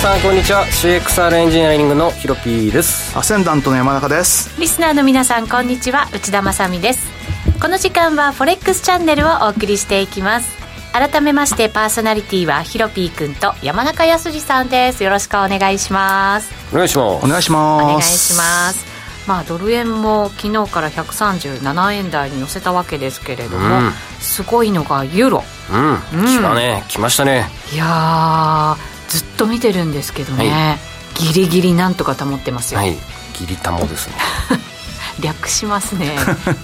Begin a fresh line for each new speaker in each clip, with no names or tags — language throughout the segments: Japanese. さんこんにちは CXR エンジニアリングのヒロピーです
アセンダントの山中です
リスナーの皆さんこんにちは内田まさみですこの時間はフォレックスチャンネルをお送りしていきます改めましてパーソナリティはヒロピーくんと山中康二さんですよろしくお願いします
お願いします
お願いし
お
ます
願いしますまあドル円も昨日から137円台に乗せたわけですけれども、
うん
すごいのがユーロ
うん、
うん
来たね来ましたね
いやーずっと見てるんですけどね、
は
ギリギリなんとか保ってますよ、
はいギリタモですね
略しますね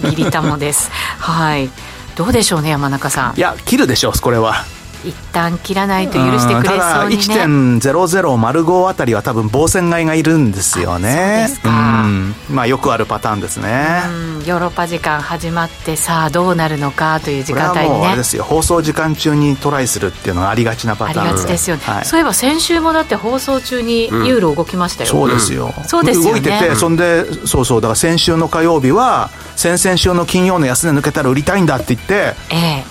ギリタモ ですはいどうでしょうね山中さん
いや切るでしょうこれは
一旦切らないと許してくれ
うんた
そう
だ
にね
1.0005あたりは多分防線買いがいるんですよね
あそうですか
うんまあよくあるパターンですね
うんヨーロッパ時間始まってさあどうなるのかという時
これ
間
は
帯
も
に
うあれ
ね
ですよ放送時間中にトライするっていうのはありがちな
あ
パ
り
ターン
がちですよね、
はい
そういえば先週もだって放送中に
ん
ユーロ動きましたよ、
そうですよ、
そうですよね
動いててそんでそうそうだから先週の火曜日は先々週の金曜の安値抜けたら売りたいんだって言って
え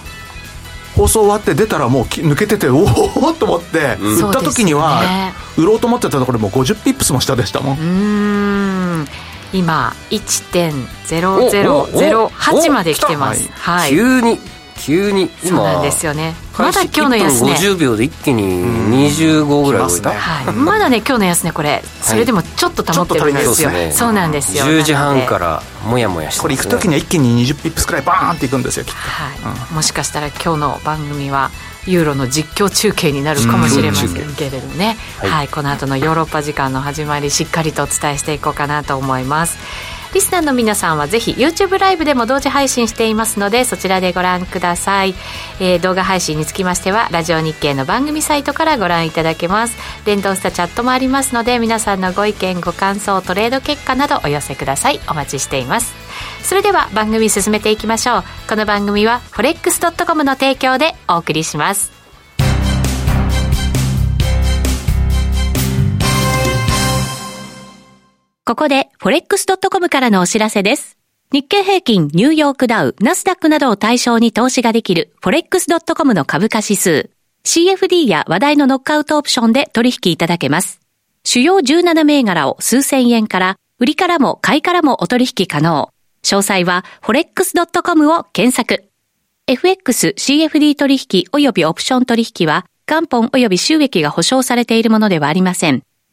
放送終わって出たらもうき抜けてておお っと思って、
ん
売った時に
そう
は、
ですね
売ろうと思ってたところも50ピップスも下でしたもん、
えうーん今1.0008まで来てます
おおお来た
はい、
急に急に今
そうなんですよねま
開
だ
始
今日の安値、
1分50秒で一気に25ぐらい動いた、
うん来ますね
はい、まだね今日の安値これそれでもちょっと保ってるんで
ちょっと足り
すよ、
ないですね
そうなんですよ、
10時半かららもやもやして
これ行く時には一気に20ピップスくらいバーンっていくんですよきっと
はいもしかしたら今日の番組はユーロの実況中継になるかもしれませんけれどね、
はい
はい、この後のヨーロッパ時間の始まりしっかりとお伝えしていこうかなと思いますリスナーの皆さんはぜひ YouTube ライブでも同時配信していますのでそちらでご覧ください、えー動画配信につきましてはラジオ日経の番組サイトからご覧いただけます連動したチャットもありますので皆さんのご意見ご感想トレード結果などお寄せくださいお待ちしていますそれでは番組進めていきましょうこの番組は forex.com の提供でお送りしますここで forex.com からのお知らせです。日経平均、ニューヨークダウ、ナスダックなどを対象に投資ができる forex.com の株価指数。CFD や話題のノックアウトオプションで取引いただけます。主要17銘柄を数千円から、売りからも買いからもお取引可能。詳細は forex.com を検索。FX、CFD 取引及びオプション取引は、元本及び収益が保証されているものではありません。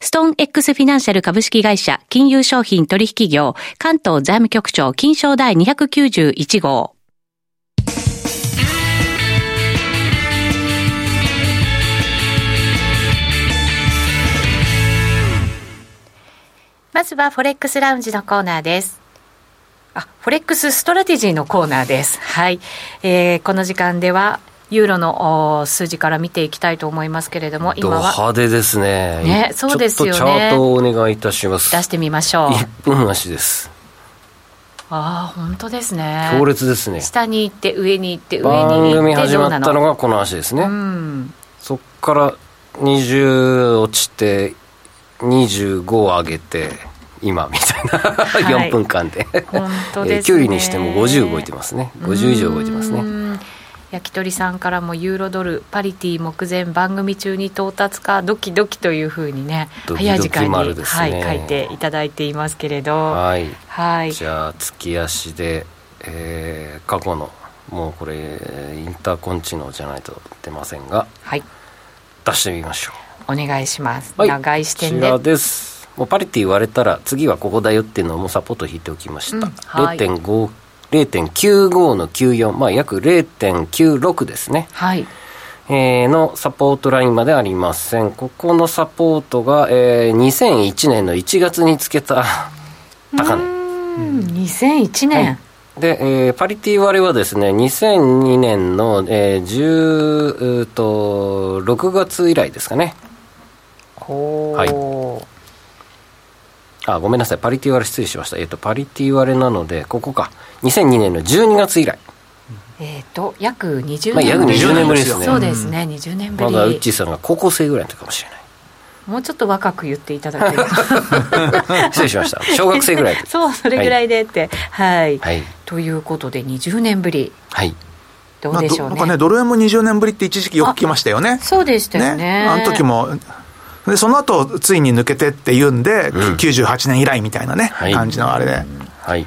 ストーン X フィナンシャル株式会社金融商品取引業関東財務局長金賞第291号。まずはフォレックスラウンジのコーナーです。あ、フォレックスストラテジーのコーナーです。はい。えーこの時間では、ユーロのおー数字から見ていきたいと思いますけれども、
ド
今は
派手ですね
ねそうですよね
ちょっとチャートをお願いいたします
出してみましょう。
一分足です
ああ、本当ですね。
強烈ですね
下に行って、上に行って、上
番
に行
組
って、
始
ど
ま
うな
ったの
の。
がこの足ですね、
うん、
そっから20落ちて25上げて今みたいな、
はい
4分間で
本当です
え
ね
ー9位にしても50動いてますね50以上動いてますね
うん焼き鳥さんからもユーロドルパリティ目前番組中に到達かドキドキというふうにね
ドキドキ
早い時間に、
丸です
は
ね
い、書いていただいていますけれど
はい、
はい
じゃあ月足で、えー過去のもうこれインターコンチのじゃないと出ませんが
はい
出してみましょ
お願いします、
う、はい、
長い視点で
こちらですもうパリティ割れたら次はここだよっていうのもサポート引いておきました、
うんはい
0.5 0.95の94、まあ、約0.96ですね、
はい
えーのサポートラインまでありません。ここのサポートが、えー2001年の1月につけた高値。
うん2001年、
で、えーパリティ割れはですね、2002年の、えー10うーと、6月以来ですかね。
こう、
あ、ごめんなさい。パリティ割れ失礼しました。えっ、と、パリティ割れなので、ここか。 2002年の12月以来、
えっ、と約20年
まあ、
ぶり、
約20年ぶりですね
そうですね、20年ぶ
ま
り、
だウッチーさんが高校生ぐらいの時かもしれない
もうちょっと若く言っていただけると
失礼しました小学生ぐらい
そうそれぐらいでってはい、
はい
ということで20年ぶり
はい
ど
ま
う
あ
で
ど
しょう
な
ね,、
んかねドル円も20年ぶりって一時期よく聞きましたよね
そうでしたよね
あの時もでその後ついに抜けてって言うんで、
うん
98年以来みたいなね、
はい
感じのあれで
はい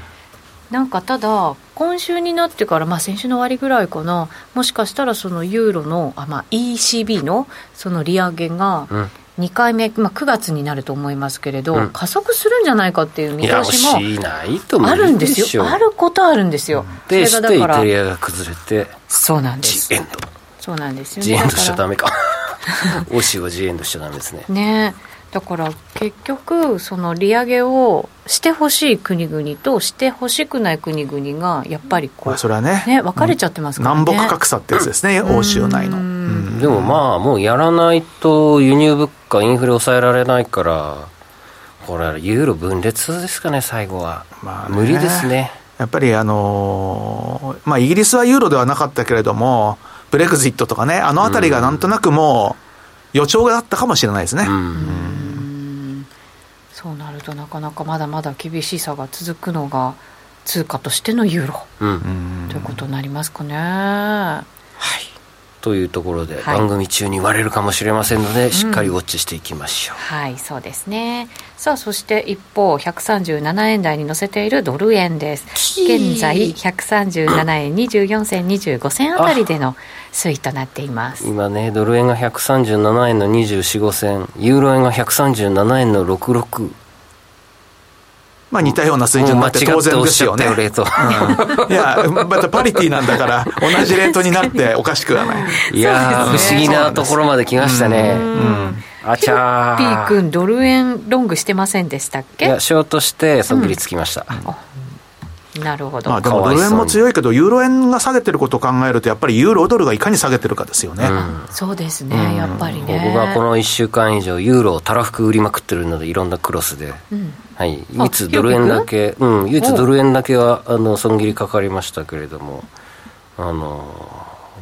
なんかただ今週になってから、まあ、先週の終わりぐらいかなもしかしたらそのユーロのあ、まあ、ECB のその利上げが
うん
2回目、まあ、9月になると思いますけれど、
うん
加速するんじゃないかっていう見
いや
通し
しないと
も
無
あるん
理
で
ですし
よ
ょ
あることはあるんですよ、
で
そ
し
れ
てイ
がだ
タ
から
リアが崩れて
そうなんで
ジ
す
エンド
そうなんですよ
ジ
ね
エン
だ
ドしちゃ
か
ダ
ら
メか おしをジエンドしちゃダメですね
ねだから結局その利上げをしてほしい国々としてほしくない国々がやっぱりこ、
まあそうれはね
ね、分かれちゃってますからね
南北格差ってやつですね、欧州内の、うん
でもまあもうやらないと輸入物価インフレ抑えられないからこれユーロ分裂ですかね最後は、
まあね
無理です ね
やっぱりあのーまあイギリスはユーロではなかったけれどもブレグジットとかねあの辺りがなんとなくもう予兆があったかもしれないですね、
うん
そうなるとなかなかまだまだ厳しさが続くのが通貨としてのユーロ
うん、
ということになりますかね、は
というところで
はい
番組中に割れるかもしれませんので、しっかりウォッチしていきましょう、
いそうですねさあそして一方137円台に乗せているドル円です現在137円24銭25銭あたりでの推移となっています
今ねドル円が137円の245銭ユーロ円が137円の66
まあ似たような水準になって
もう間違
当
って
然
おっ
で
し
す
ゃ
よ
った
ね
よレート、
いやまたパリティなんだから同じレートになっておかしくはない
いやー、
そうで
不
す
思
ね
議なところまで来ましたねうんあちゃー
ピー君ドル円ロングしてませんでしたっ
い
け
やショートしてそっくりつきました、
なるほど、
まあで
か
も
わ
ド
いそう
ル
に
円も強いけど、ユーロ円が下げてることを考えると、やっぱりユーロドルがいかに下げてるかですよね。
そうですね、やっぱりね
僕がこの1週間以上ユーロをたらふく売りまくってるのでいろんなクロスで、はい、唯一ドル円だけうん唯一ドル円だけはあの損切りかかりましたけれどもあの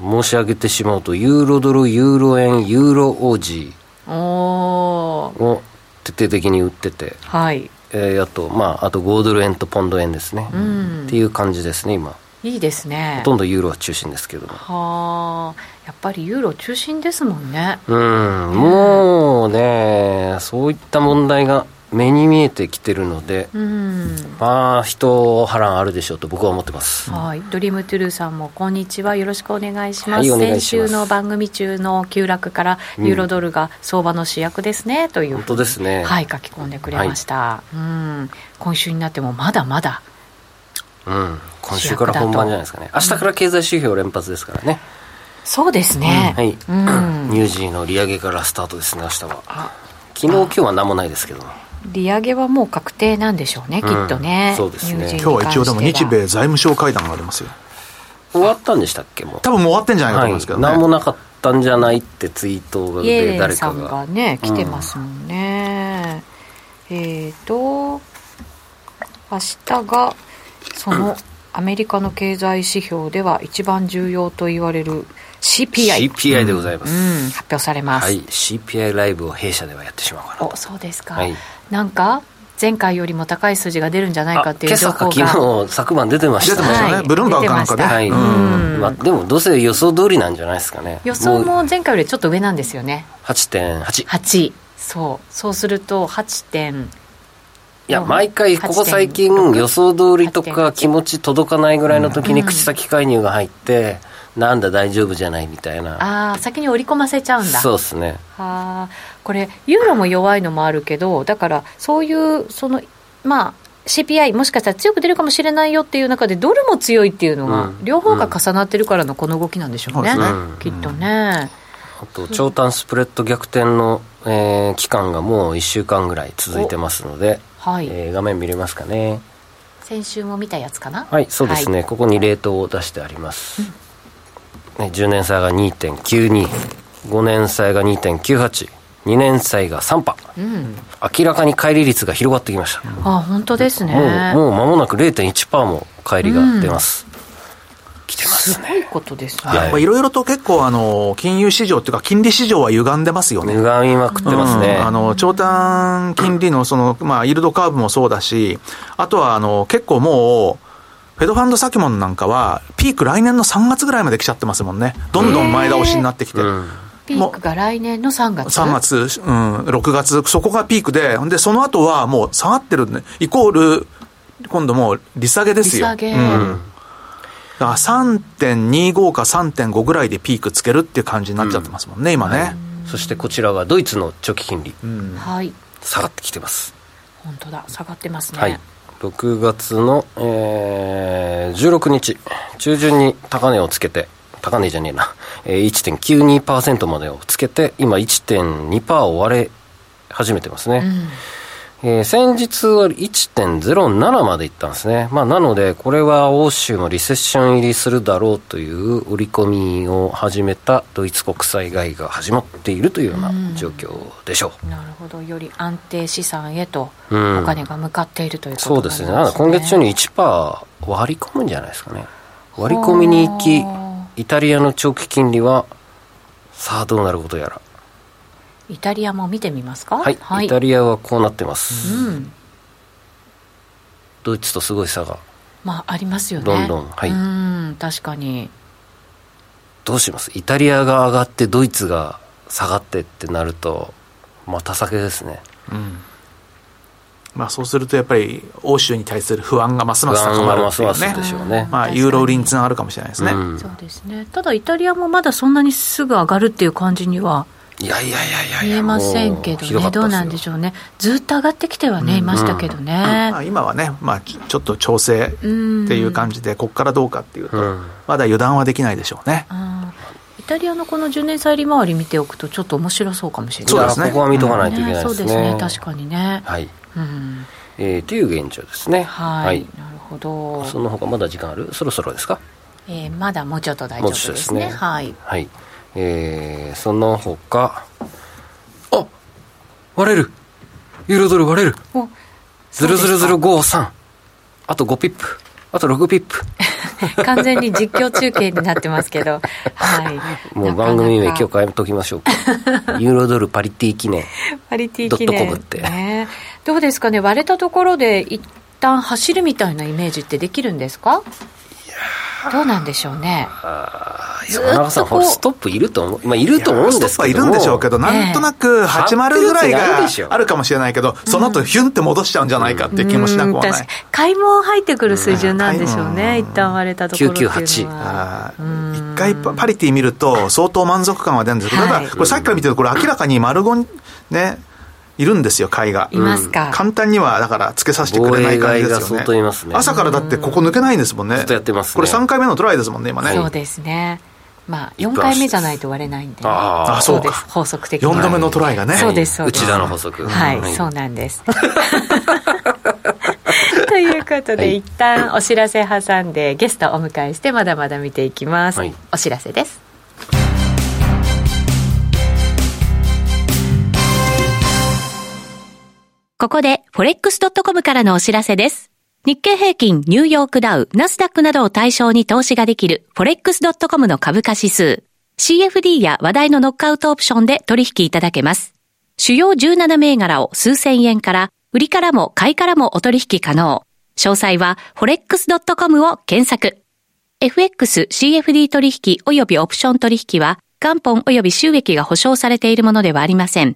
申し上げてしまうとユーロドルユーロ円ユーロオージ
おー
ーを徹底的に売ってて、
はい
えーあとまああと5ドル円とポンド円ですね、っていう感じですね今
いいですね
ほとんどユーロは中心ですけども
はあやっぱりユーロ中心ですもんね
うん、もうね、そういった問題が目に見えてきてるので、
うん
まあ、人波乱あるでしょうと僕は思ってます。
はい、ドリームトゥルーさんもこんにちはよろしくお願いします,、
はいお願いしま
先
す
週の番組中の急落からユーロドルが相場の主役ですね、という
本当ですね。
はい書き込んでくれました、うん今週になってもまだまだ
うん、今週から本番じゃないですかね。明日から経済指標連発ですからね。
そうですね、
はい。
うん
ニュージーの利上げからスタートですね、明日は。昨日、今日は何もないですけども。
利上げはもう確定なんでしょうね、
うん
きっとね
そうですね
ニュージー
今日は一応でも
に関して
日
は
米財務省会談がありますよ。
終わったんでしたっけ、もう。
多分もう終わってんじゃないかと
は
思うん
い
ですけ。どね。
何もなかったんじゃないってツイートが
イエ
で
レン
誰
さ
か
ん
が
が。ね来てますもんね、えっ、と明日がそのアメリカの経済指標では一番重要と言われる CPI、
CPI でございま
う
す。
ん、発表されます、
はい、CPI ライブを弊社ではやってしまおうかな
おそうですか、
はい
なんか前回よりも高い数字が出るんじゃないか
あ
ってい
今
う情
朝
報
か
が
昨日昨晩出てました
出てましたね
はい
ブルームバーグかなんか
出てました
ね
はい、
うん
まあ、でもどうせ予想通りなんじゃないですかね
予想
う
も前回よりちょっと上なんですよね
8.8
8そうそうすると8点
いや毎回ここ最近
8.6
予想通りとか
8.8
気持ち届かないぐらいの時
う
に
ん
口先介入が入って、なんだ大丈夫じゃないみたいな
ああ先に織り込ませちゃうんだ
そうですね
はあこれユーロも弱いのもあるけどだからそういうそのまあ CPI もしかしたら強く出るかもしれないよっていう中でドルも強いっていうのが、
うん
両方が重なってるからのこの動きなんでしょうね、
そうです
ね
きっとね、
あと長短スプレッド逆転の、えー期間がもう1週間ぐらい続いてますので、
はい、
えー画面見れますかね
先週も見たやつかな
はい、そうですね、ここにレートを出してあります、ね、10年債が2.92 5年債が2.98 2年債が3波、
うん、
明らかに乖離率が広がってきました、
あ本当ですね
もうもう間もなく0.1%も乖離が出ます、来てます
すごいことですね
はい
やっぱいろいろと結構あの、金融市場っていうか、金利市場は歪んでますよね。
歪みまくってますね、
うんあの、長短金利のその、まあ、イールドカーブもそうだし、あとは、あの、結構もう、フェドファンド先物なんかは、ピーク来年の3月ぐらいまで来ちゃってますもんね。どんどん前倒しになってきて。
うん
ピークが来年の3月
3月、うん、6月、そこがピークで、で、その後はもう下がってるんで、イコール、今度もう利下げですよ。
利下げ
うんだから3.25か3.5ぐらいでピークつけるっていう感じになっちゃってますもんね、今ね。
そしてこちらがドイツの長期金利、
うん
はい
下がってきてます、
本当だ下がってますね、
はい、6月の、えー16日中旬に高値をつけて高値じゃねえな、えー、1.92%までをつけて今1.2%を割れ始めてますね、
うん
えー先日は1.07までいったんですね、まあ、なのでこれは欧州もリセッション入りするだろうという織り込みを始めたドイツ国債買いが始まっているというような状況でしょう、
なるほどより安定資産へとお
うん
金が向かっているということ
そう
になり
で
ます
す
ね、
ね、なんだ今月中に1%割り込むんじゃないですかね、割り込みに行き
ほ、
イタリアの長期金利は、さあどうなることやら、
イタリアも見てみますか
はい、イタリアはこうなってます、
うん
ドイツとすごい差が、
まあありますよね
どんどんはい
うん確かに
どうします、イタリアが上がって、ドイツが下がってってなると、また酒ですね、
うんまあ、そうするとやっぱり欧州に対する不安がます
不
ます高
安
ま
が
る
ま
って
す
い
ます
う
で
ね
しょうね。
まあ、
確かに
ユーロ売りにつながるかもしれないですね、
うん
そうですねただイタリアもまだそんなにすぐ上がるっていう感じにはい
やいやいやいやい
見
や
えませんけどねどうなんでし
ょ
ょうねずっと上がってきてはね、いましたけどね
まあ、今はね、まあ、ちょちょっと調整っていう感じで、ここからどうかっていうと、
うん
まだ油断はできないでしょうね。
あーイタリアのこの10年債利回り見ておくとちょっと面白そうかもしれない
そう
そう
で
ですす
ね
ね
ここは見とかないといけ
ね
ない
そ
で
う
す
で
ね
すね確かにね、
はい
うん
えー、という現状ですね
はい、なるほど、
その他まだ時間あるそろそろですか
えーまだもうちょっと大丈夫ですね
もうちょっとですね
はい
はいえー、その他あ割れるユーロドル割れる
お
ズルズルズル53あと5ピップあと6ピップ
完全に実況中継になってますけどはい
もう番組名
な
今
か
日
なか
変えときましょうか ユーロドルパリティ記念
パリティ記念
ドットコムって
ねどうですかね割れたところで一旦走るみたいなイメージってできるんですかどうなんでしょうね
いや田中さん
こう
これストップいると思う、まあ、いると思うんです
い
け
やストップはいる
ども
んでしょうけど、なんとなく80ぐら
買ってるやつ
い
がある
が
でしょ
あるかもしれないけど、その後ヒュンって戻しちゃうんじゃないかっていう気もしなくも
うん
な
確
い
か。買い物入ってくる水準なんでしょう
う
ね、
ん
一旦割れたところっていうのは
あー一回パパリティ見ると相当満足感は出るんですけど、
はい
ただこれさっきから見てるとこれ明らかに丸5にねいるんですよ貝が
いますか
簡単にはだからつけさせてくれない感じ
防衛貝
です
が相
よ
当
ね
いますね
朝からだってここ抜けないんですもんね
ずっとやってますね
これ3回目のトライですもんね今ね
そうですねまあ4回目じゃないと割れないんで
あ
あ
そう
そ
で
う
す
か
法則的には
4度目のトライがね
そうですそうです
内田の補足
はい、
はい
そうなんです。ということで、
はい
一旦お知らせ挟んでゲストをお迎えしてまだまだ見ていきます、
はい
お知らせです
ここで forex.com からのお知らせです。日経平均、ニューヨークダウ、ナスダックなどを対象に投資ができる forex.com の株価指数。CFD や話題のノックアウトオプションで取引いただけます。主要17銘柄を数千円から、売りからも買いからもお取引可能。詳細は forex.com を検索。FX、CFD 取引及びオプション取引は、元本及び収益が保証されているものではありません。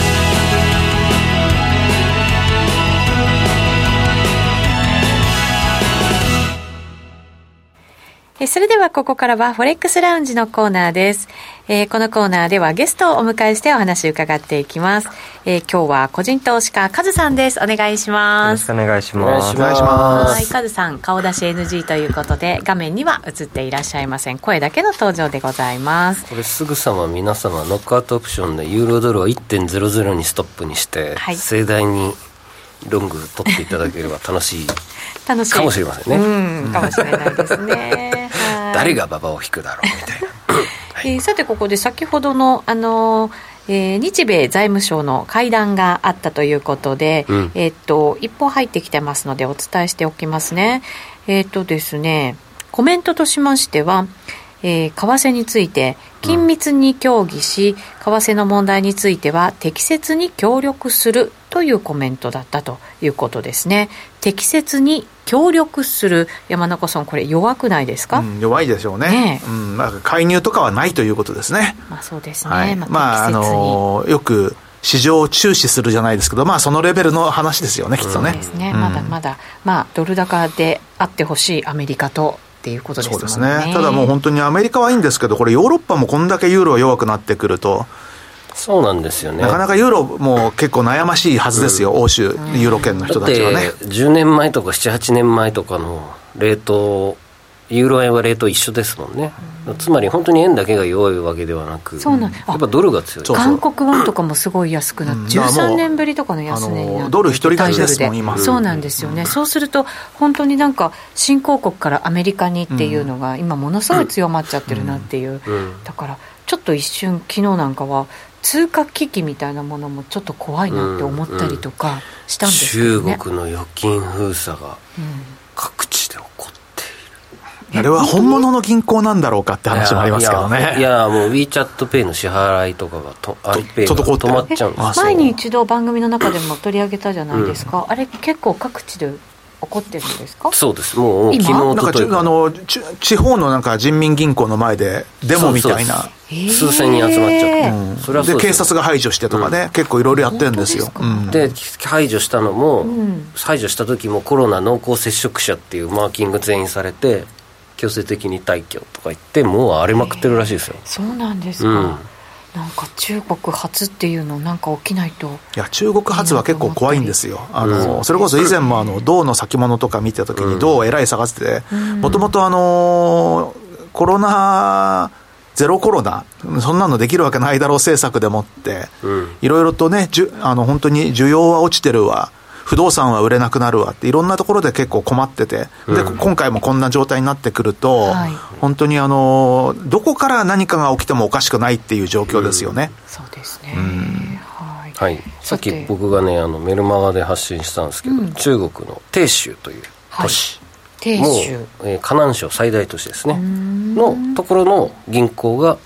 えそれではここからはフォレックスラウンジのコーナーです、えーこのコーナーではゲストをお迎えしてお話を伺っていきます、えー今日は個人投資家カズさんですお願いし
よ
ま
ろし
す
くお願いし
お願
ま
い
す
します
はい、カズさん、顔出し NG ということで、画面には映っていらっしゃいません。声だけの登場でございます。
これすぐさま皆様ノックアウトオプションでユーロドルを1.00にストップにして、
はい
盛大にロング取っていただければ楽 しい
楽しい。
かもしれませんね、
ね。うん、かもしれないで すね。はい
誰が馬場を引くだろうみたいな
えーさてここで先ほどの、あのーえー日米財務省の会談があったということで、
うん
えーっと一報入ってきてますのでお伝えしておきますね。えーっとですねコメントとしましては、えー為替について緊密に協議し、為替の問題については適切に協力するというコメントだったということですね。適切に協力する山中さんこれ弱くないですか？
うん、弱いでしょうね、
ねえ
うん、なんか介入とかはないということですね。
まあそうですね。
はい、
まあ
まあ、あ
適切に
のよく市場を注視するじゃないですけど、まあ、そのレベルの話ですよね、きっと
そう
ね
で。すね、
うん
まだまだ、まあ、ドル高であってほしいアメリカとっていうことですも
そ
ん
う
ね。
ですね。ただもう本当にアメリカはいいんですけど、これヨーロッパもこんだけユーロが弱くなってくると、
そうなんですよね
なかなかユーロも結構悩ましいはずですよ、欧州、ユーロ圏の人
だったて
ちはね。
10年前とか78年前とかのレートユーロ円はレート一緒ですもんね、つまり本当に円だけが弱いわけではなく
そうなん
やっぱドルが強い
そう
韓国ウォンとかもすごい安くなっ
うん
て、
だからも
13
う
年ぶりとかの安値にな
あ
って
のドル一人勝ちですもん今
そうなんですよね、そうすると、本当になんか、新興国からアメリカにっていうのが、今、ものすごい強まっちゃってるなっていう、
うん
だから、ちょっと一瞬、昨日なんかは、通貨危機みたいなものもちょっと怖いなって思ったりとかしたんですけ
中
どね。
国の預金封鎖が
うん
各地で起こっている
あれは本物の銀行なんだろうかって話もありますけど
いやい
ね。
やもう WeChatPay の支払いとかがとアリペイ
ちょ
が
っとこうって
止まっちゃうんです
あそう
前に一度番組の中でも取り上げたじゃないですか、あれ結構各地で起こってるんですか
そうですもう昨
今
日
なんか
一
ち
昨日
あのち地方のなんか人民銀行の前でデモみたいな。
数千人集まっちゃって、
うん
それはそう
で警
すよ
察が排除してとかね、結構いろいろやってるんですよ。うん
で排除したのも、
ん
排除した時もコロナ濃厚接触者っていうマーキング全員されて強制的に退去とか言ってもう荒れまくってるらしいですよ、
そうなんですか、
うん
なんか中国初っていうのなんか起きないと
いや中国発は結構怖いんですよ、あのそれこそ以前もあの銅の先物とか見てたときに、銅をえらい探してて、もともとあのーコロナ、ゼロコロナ、そんなのできるわけないだろう政策でもって、
うん
いろいろとね、じゅあの本当に需要は落ちてるわ。不動産は売れなくなるわっていろんなところで結構困ってて、で
うん
今回もこんな状態になってくると、
はい
本当にあのどこから何かが起きてもおかしくないっていう状況ですよね。
そうですね、
ん
はい、
はい、さっき
だて
僕がねあのメルマガで発信したんですけど、
うん
中国の鄭州という都市、
鄭
もう
州、
えー河南省最大都市ですね
ん
のところの銀行が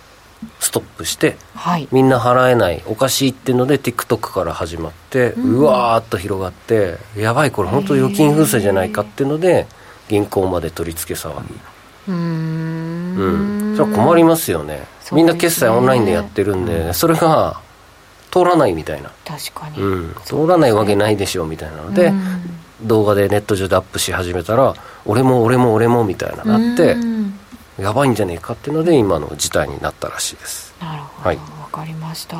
ストップして
はい
みんな払えないおかしいっていうので TikTok から始まって、うわーっと広がってやばいこれ本当預金封鎖じゃないかっていうので銀行まで取り付け騒ぎ
うーん
うんそれは困りますよね
そうですね
みんな決済オンラインでやってるんでそれが通らないみたいな、
確かに、
うん、通らないわけないでしょみたいなので、
うん
動画でネット上でアップし始めたら俺も俺も俺もみたいなのがあって、
うん
やばいんじゃねえかっていうので今の事態になったらしいです
なるほど、
はい
わかりました。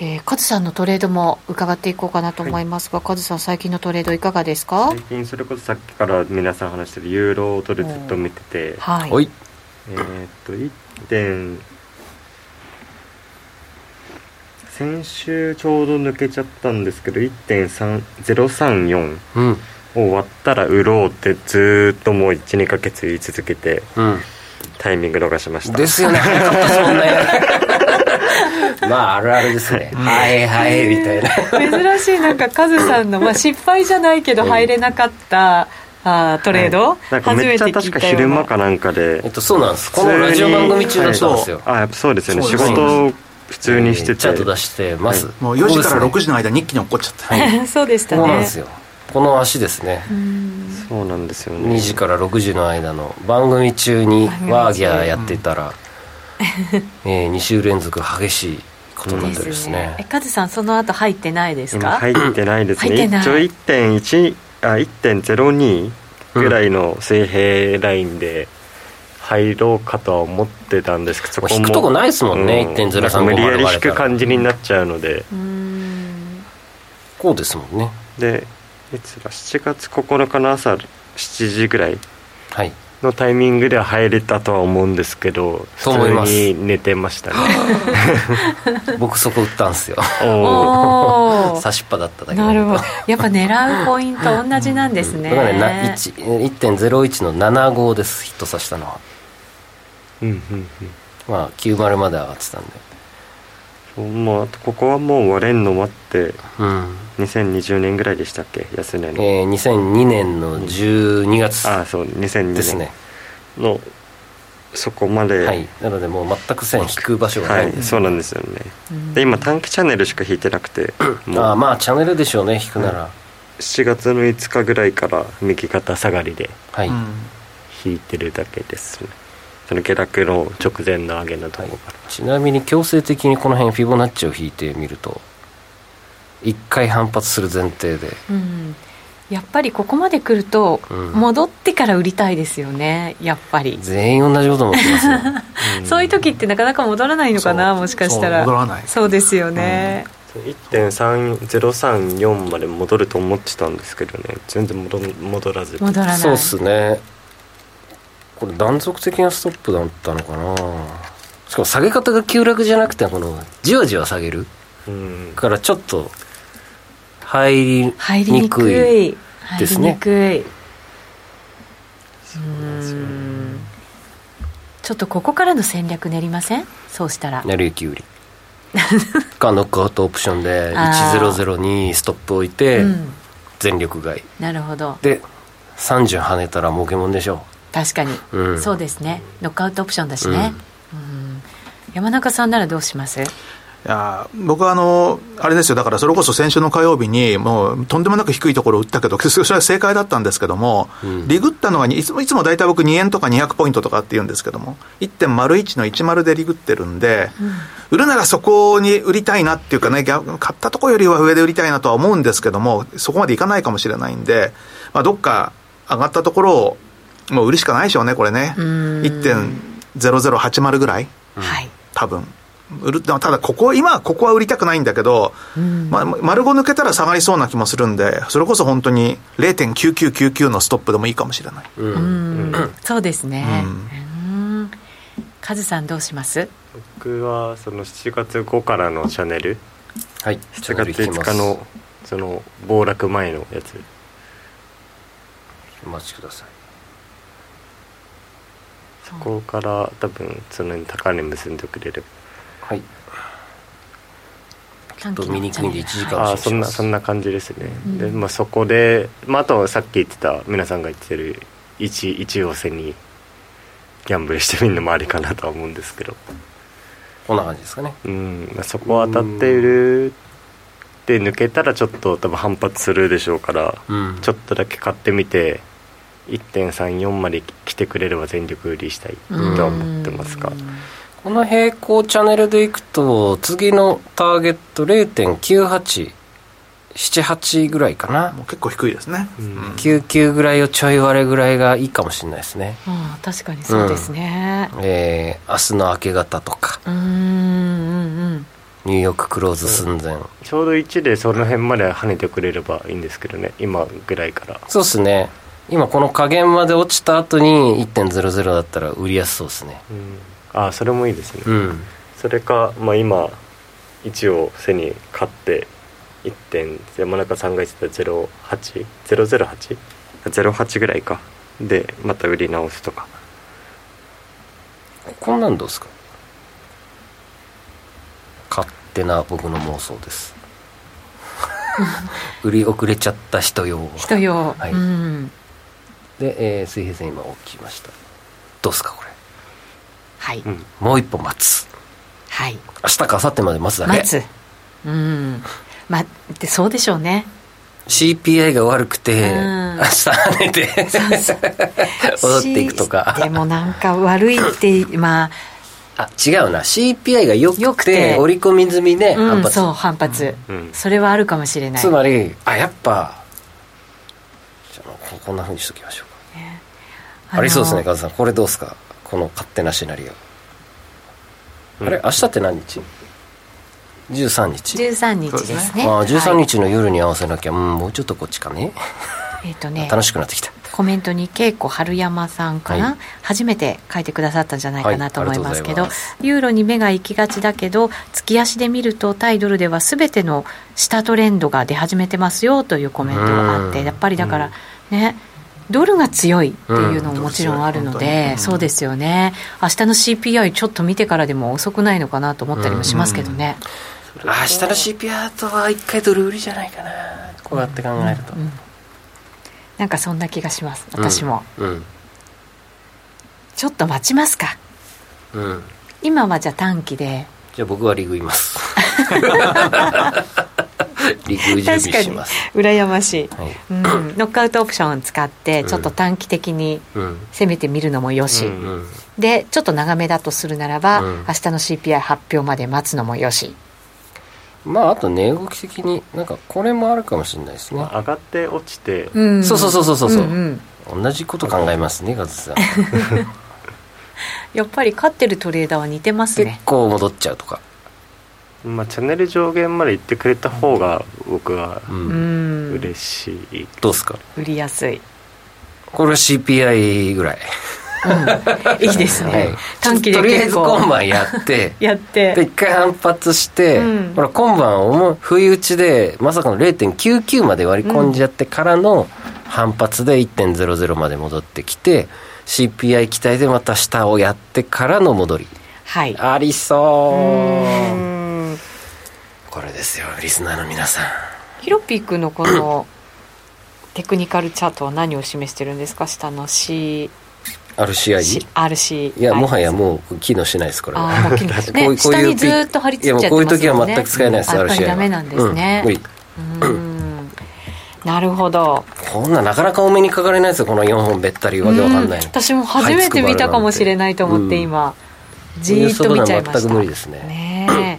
えー、カズさんのトレードも伺っていこうかなと思いますが、カズさん最近のトレードいかがですか？
最近それこそさっきから皆さん話してるユーロドルずっと見てて、
はい。
おい
えーっと1点先週ちょうど抜けちゃったんですけど1.034
うん
を割ったら売ろうってずーっともう12ヶ月言い続けて
うん
タイミング逃しました
ですよね早かったですもんね まああるあるですねはいはいみたいな
珍しいなんかカズさんのま あ失敗じゃないけど入れなかったあートレード、
なんかめっちゃ確か昼間かなんかで
えっとそうなんですこ
普
の
通に
ラジオ番組中だったんですよ
あやっぱそうですよね
そう
仕
です
事を普通にしてて
チャート出してます、
は
もう4時から
ここ
6
です
時の間に一気に落っこっちゃった。
よそうでした
ね
ね。
そうなんですよこの足ですね
そうなんですよね
2時から6時の間の番組中に
番組中
ワーギャーやってたら、え2週連続激しいことになってるん
で
ですす
ね。え
ね
カズさんその後入ってないです
今
か？
入ってないです
入っ
ね
てない
一応1.1あ1.02ぐらいの水平ラインで入ろうかとは思ってたんですけどそこも
引くとこないですもんね
う
1.035
無理やり引
まで
く感じになっちゃうので
うーん
こうですもんね
でいつだ7月9日の朝7時ぐらい
はい
のタイミングでは入れたとは思うんですけど
と思い
普
ます
通に寝てましたね
僕そこ売ったんですよ
おー
おー
差しっぱだっただけ
なるほど
ど
やっぱ狙うポイント同じなんですね
だからねな1 1.01の75ですヒットさせたのは
うんうん
まあ90まで上がってたんで
うんもうあとここはもう割れんの待って
うん
2020年ぐらいでしたっけ安値の、
えー、2002年の12月
ああそう2002
です
年
ね、
のそこまで
はい、なのでもう全く線引く場所が
は
ないいです、
そうなんですよね
うん
で今短期チャンネルしか引いてなくても
ああ
う
まあチャンネルでしょうね引くなら、
7月の5日ぐらいから右肩下がりで
はい、
うん
引いてるだけですねその下落の直前の上げのと
は
こ
い
ろから、、
ちなみに強制的にこの辺フィボナッチを引いてみると1回反発する前提で
うんやっぱりここまで来ると
うん
戻ってから売りたいですよねやっぱり
全員同じこと思ってますよ
ん
そういう時ってなかなか戻らないのかなもしかしたら
そう戻らない
そうですよね、
1.034まで戻ると思ってたんですけどね全然戻ん戻らず
戻らない
そうっすねこれ断続的なストップだったのかなしかも下げ方が急落じゃなくてこのじわじわ下げる
うん
からちょっと入
入
り
りに
にく
く
い
い入
で
り
すね
にくい
なんですよね
うーんちょっとここからの戦略練りませんそうしたら
成り行き売りかノックアウトオプションで
あー
100にストップ置いて
うん
全力買い
なるほど
で30跳ねたら儲けもんでしょ
確かに、
うん
そうですねノックアウトオプションだしね、うん山中さんならどうします
いやー僕はあの、あれですよ、だからそれこそ先週の火曜日に、もうとんでもなく低いところを打ったけど、 そそれは正解だったんですけども、
うん
リグったのがにいつも、いつも大体僕、2円とか200ポイントとかって言うんですけども、1.01の10でリグってるんで、売るならそこに売りたいなっていうかね、逆買ったとこよりは上で売りたいなとは思うんですけども、そこまでいかないかもしれないんで、まあ、どっか上がったところを、もう売るしかないでしょうね、これね、
うん
1.0080ぐらい。
はい、
多分売るただここ今はここは売りたくないんだけど、
うん
まあ、丸5抜けたら下がりそうな気もするんでそれこそ本当に0.9999のストップでもいいかもしれない、
う、う
うんん そうですね
う
うんカズさんどうします
僕はその7月5からのチャンネル
はい
7月5日
お
のその暴落前のやつ
待ちください
そこから多分その高値結んでくれれば
はい
短
と見にくいんで1時間
あ
楽
あ
し
そ
み
ん
にしま
な
す
そんな感じですね、
うん
で、まあ、そこで、まあ、あとさっき言ってた皆さんが言ってる一一応線にギャンブルしてみるのもありかなとは思うんですけど、
こんな感じですかね
うんまあ、そこは当たっているで抜けたらちょっと多分反発するでしょうから、
うん
ちょっとだけ買ってみて1.34まで来てくれれば全力売りしたいと
ん
は思ってますが、
この平行チャンネルでいくと次のターゲット0.9878ぐらいかな
もう結構低いですね、
うん
うん
99ぐらいをちょい割れぐらいがいいかもしれないですね
ああ確かにそうですね
えー、明日の明け方とか
うんうんうん
ニューヨーククローズ寸前、
ちょうど1でその辺まで跳ねてくれればいいんですけどね今ぐらいから
そうっすね今この下限まで落ちた後に1.00だったら売りやすそうですね
うんああそれもいいですね、
うん
それか、まあ、今一応背に勝って1点山中さんが言ってた0800808ぐらいかでまた売り直すとか
こんなんどうですか勝手な僕の妄想です売り遅れちゃった人用
人用、
はい
うん
で、えー水平線今起きましたどうっすかこれ
はい、
うん
もう一歩待つ
はい
明日か明後日まで待つだけ
待つうんまあでそうでしょうね
CPI が悪くて、
うん
明日跳ねて踊っていくとか
しでもなんか悪い ってまあ
あ違うな CPI が良くて
良くて
織り込み済みで
う
反
ん、
発、
そう反発、
うん
それはあるかもしれない
つまりあやっぱじゃあここんなふうにしときましょうかあ
あの
りそうですねカズさんこれどうですかこの勝手なシナリオ、あれ明日って何日 ?13 日
13日ですね
ああ13
はい
日の夜に合わせなきゃ、うんもうちょっとこっちかね
えっ、とね
楽しくなってきた
コメントに恵子春山さんかな、
はい
初めて書いてくださったんじゃないかなと思います
はいあ
けど、
りがとうございま
ユーロに目が行きがちだけど月足で見ると対ドルでは全ての下トレンドが出始めてますよというコメントがあっ
う
て
ん
やっぱりだからねドルが強いっていうのももちろんあるの
うん
で、
うん
そうですよね明日の CPI ちょっと見てからでも遅くないのかなと思ったりもしますけどね、
あ明日の c p アートは一回ドル売りじゃないかなこうやって考えると、
うんなんかそんな気がします私も、
うん
ちょっと待ちますか
うん
今はじゃあ短期で
じゃあ僕はリグいます リグ準備します
羨ましい、
はい
うん、ノックアウトオプション使ってちょっと短期的に
うん
攻めてみるのもよし、
うん
うん
でちょっと長めだとするならば、
うん
明日の CPI 発表まで待つのもよし
まああと値動き的になんかこれもあるかもしれないですね
上がって落ちて、
うん
そうそうそうそうそう
うんうん
同じこと考えますねカズ さん
やっぱり勝ってるトレーダーは似てます
結
ね
構戻っちゃうとか
まあ、チャンネル上限まで行ってくれた方が僕は
うん
うん
嬉しい、
どうですか
売りや すい、
これは CPI ぐらい、
うん、いいですね、
はい
短期
と
で
りあえ
結
ず
構
今晩や って
やっ
で
て
一回反発して、
うん
ほら今晩思う不意打ちでまさかの0.99まで割り込んじゃってからの反発で1.00まで戻ってきて CPI 期待でまた下をやってからの戻り
はい
ありそう
うん
これですよリスナーの皆さん
ヒロピー君のこのテクニカルチャートは何を示してるんですか下の C
RCI?
RC
いやもはやもう機能しない ですこれは
ああ、もう切りますね。下にずーっと張り付いちゃって
もんねいやも
ますもんね。
うこういう時は全く使えないです、
うんやっぱ
RCI
り
は
ダメなんですね
うん。無理
うんなるほど。
こんななかなかお目にかかれないですよこの4本べったりわけわかんない
うん
の
私も初めて見たかもしれないと思って今、じーっと見ちゃいまし
そうう外なのは全く
た。
無理ですね
ねえ。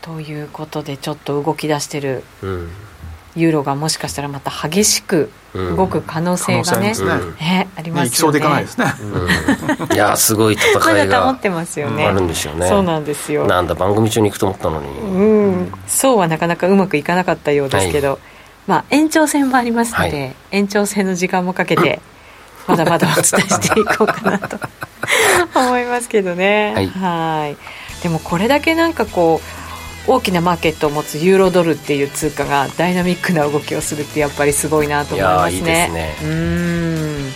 ということでちょっと動き出してる
うん
ユーロがもしかしたらまた激しく動く可能性が
可能性ありま、
ね
すね
うん
ねあり
ね
ま
いき
す
そ
よ
う
ね。
でいかないですね。
うんいやすごい
ま
戦い
だ保
が
ってますよね。
あるんですよね
そうなんですよ。
なんだ番組中に行くと思ったのに、
うん、そうはなかなかうまくいかなかったようですけど、まあ、延長戦もありますので、
は
延長戦の時間もかけて、まだまだお伝えしていこうかな と思いますけどね。
はい
いでもこれだけなんかこう大きなマーケットを持つユーロドルっていう通貨がダイナミックな動きをするってやっぱりすごいなと思いますね。
いやーいいです
うーん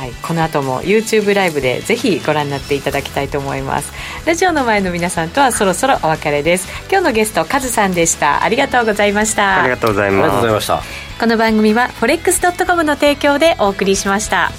はい、この後も YouTube ライブでぜひご覧になっていただきたいと思いますラジオの前の皆さんとはそろそろお別れです今日のゲストカズさんでしたありがとうございました
ありがとうござい
ありがとう
ま
ご
す
ざいました
この番組は forex.com の提供でお送りしました